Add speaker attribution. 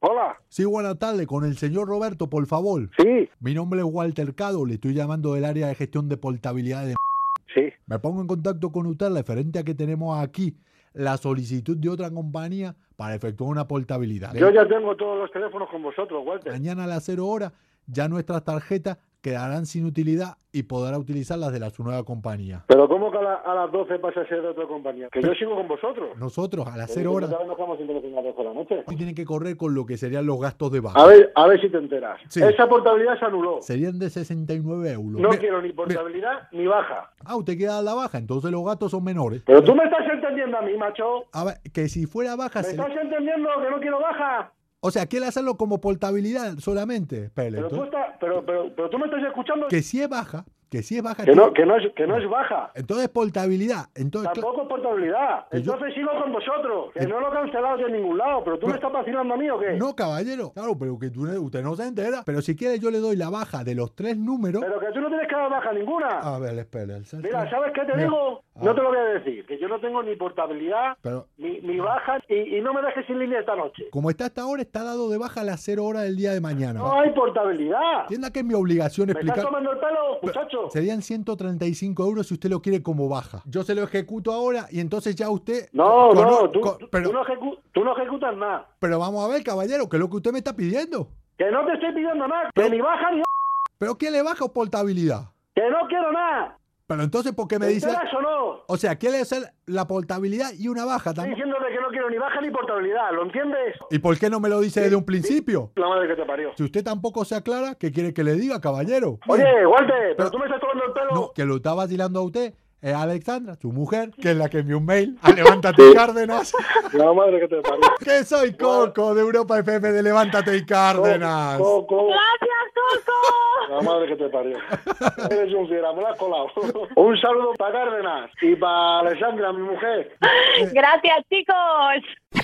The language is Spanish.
Speaker 1: Hola.
Speaker 2: Sí, buenas tardes, con el señor Roberto, por favor.
Speaker 1: Sí,
Speaker 2: Mi nombre es Walter Cado, le estoy llamando del área de gestión de portabilidad de...
Speaker 1: sí.
Speaker 2: Me pongo en contacto con usted referente a que tenemos aquí la solicitud de otra compañía para efectuar una portabilidad.
Speaker 1: Yo ya tengo todos los teléfonos con vosotros, Walter.
Speaker 2: Mañana a las 0 horas ya nuestras tarjetas quedarán sin utilidad y podrá utilizarlas de la su nueva compañía.
Speaker 1: Pero ¿cómo que a, la- a las 12 pasa a ser de otra compañía? Que yo sigo con vosotros.
Speaker 2: Nosotros a las
Speaker 1: Pero
Speaker 2: 0 horas
Speaker 1: ¿sabes? No estamos sin teléfono a las 12 de la noche.
Speaker 2: hoy tienen que correr con lo que serían los gastos de
Speaker 1: A
Speaker 2: baja.
Speaker 1: ver, a ver si te enteras.
Speaker 2: Sí.
Speaker 1: Esa portabilidad se anuló.
Speaker 2: Serían de 69 euros.
Speaker 1: No
Speaker 2: Bien.
Speaker 1: quiero ni portabilidad ni baja.
Speaker 2: Ah, usted queda a la baja, entonces los gastos son menores.
Speaker 1: Pero tú me estás entendiendo a mí, macho.
Speaker 2: A ver, que si fuera baja,
Speaker 1: ¿Me
Speaker 2: se le-
Speaker 1: estás entendiendo que no quiero baja?
Speaker 2: o sea, quiere hacerlo como portabilidad solamente. Pero
Speaker 1: Pero tú,
Speaker 2: entonces,
Speaker 1: estás- pero, pero, pero tú me estás escuchando
Speaker 2: que si es baja, que si es baja,
Speaker 1: que no, que no, es, que no es baja.
Speaker 2: entonces portabilidad. Entonces, cla-
Speaker 1: Tampoco es portabilidad.
Speaker 2: Que yo-
Speaker 1: Entonces sigo con vosotros. Que no lo he cancelado de ningún lado. Pero tú me estás vacilando a mí o qué?
Speaker 2: No, caballero. Claro, pero que tú- usted no se entera. Pero si quiere, yo le doy la baja de los tres números.
Speaker 1: Pero que tú no tienes que dar baja ninguna.
Speaker 2: A ver, espera. El salto-
Speaker 1: Mira, ¿sabes qué te
Speaker 2: Ah, Mira, Ah.
Speaker 1: digo?
Speaker 2: a
Speaker 1: No
Speaker 2: ver,
Speaker 1: te lo voy a decir. Que yo no tengo ni portabilidad,
Speaker 2: Pero
Speaker 1: ni, ni baja, y, y no me dejes sin línea esta noche.
Speaker 2: como está hasta ahora, está dado de baja a las cero horas del día de mañana.
Speaker 1: No hay portabilidad.
Speaker 2: Entienda que es mi obligación
Speaker 1: ¿Me estás
Speaker 2: explicar.
Speaker 1: tomando el pelo, muchacho?
Speaker 2: Serían 135 euros si usted lo quiere como baja. Yo se lo ejecuto ahora y entonces ya usted...
Speaker 1: No,
Speaker 2: con-
Speaker 1: no, tú,
Speaker 2: con-
Speaker 1: tú-
Speaker 2: pero,
Speaker 1: tú no ejecu- tú no ejecutas nada.
Speaker 2: pero vamos a ver, caballero, que es lo que usted me está pidiendo.
Speaker 1: Que no te estoy pidiendo nada, que
Speaker 2: Pero-
Speaker 1: ni baja ni
Speaker 2: ¿Pero qué le baja o portabilidad?
Speaker 1: que no quiero nada.
Speaker 2: Pero entonces, ¿por qué me
Speaker 1: ¿Te
Speaker 2: dice...?
Speaker 1: enteras o no?
Speaker 2: O sea, quiere hacer la portabilidad y una baja
Speaker 1: Estoy
Speaker 2: también.
Speaker 1: diciéndote que no quiero ni baja ni portabilidad, ¿lo entiendes?
Speaker 2: ¿Y por qué no me lo dice desde un principio?
Speaker 1: La madre que te parió.
Speaker 2: Si usted tampoco se aclara, ¿qué quiere que le diga, caballero?
Speaker 1: Oye, Walter,
Speaker 2: Pero-
Speaker 1: pero tú me estás tomando el pelo.
Speaker 2: No, que lo está vacilando a usted es Alexandra, su mujer, que es la que envió un mail a Levántate y Cárdenas.
Speaker 1: La madre que te parió.
Speaker 2: Que soy Coco de Europa FM de Levántate y Cárdenas.
Speaker 1: Co- co-
Speaker 3: ¡Gracias, Coco!
Speaker 1: La madre que te parió. Eres un fiera, me la has colado. Un saludo para Cárdenas y para Alexandra, mi mujer.
Speaker 3: Gracias, chicos.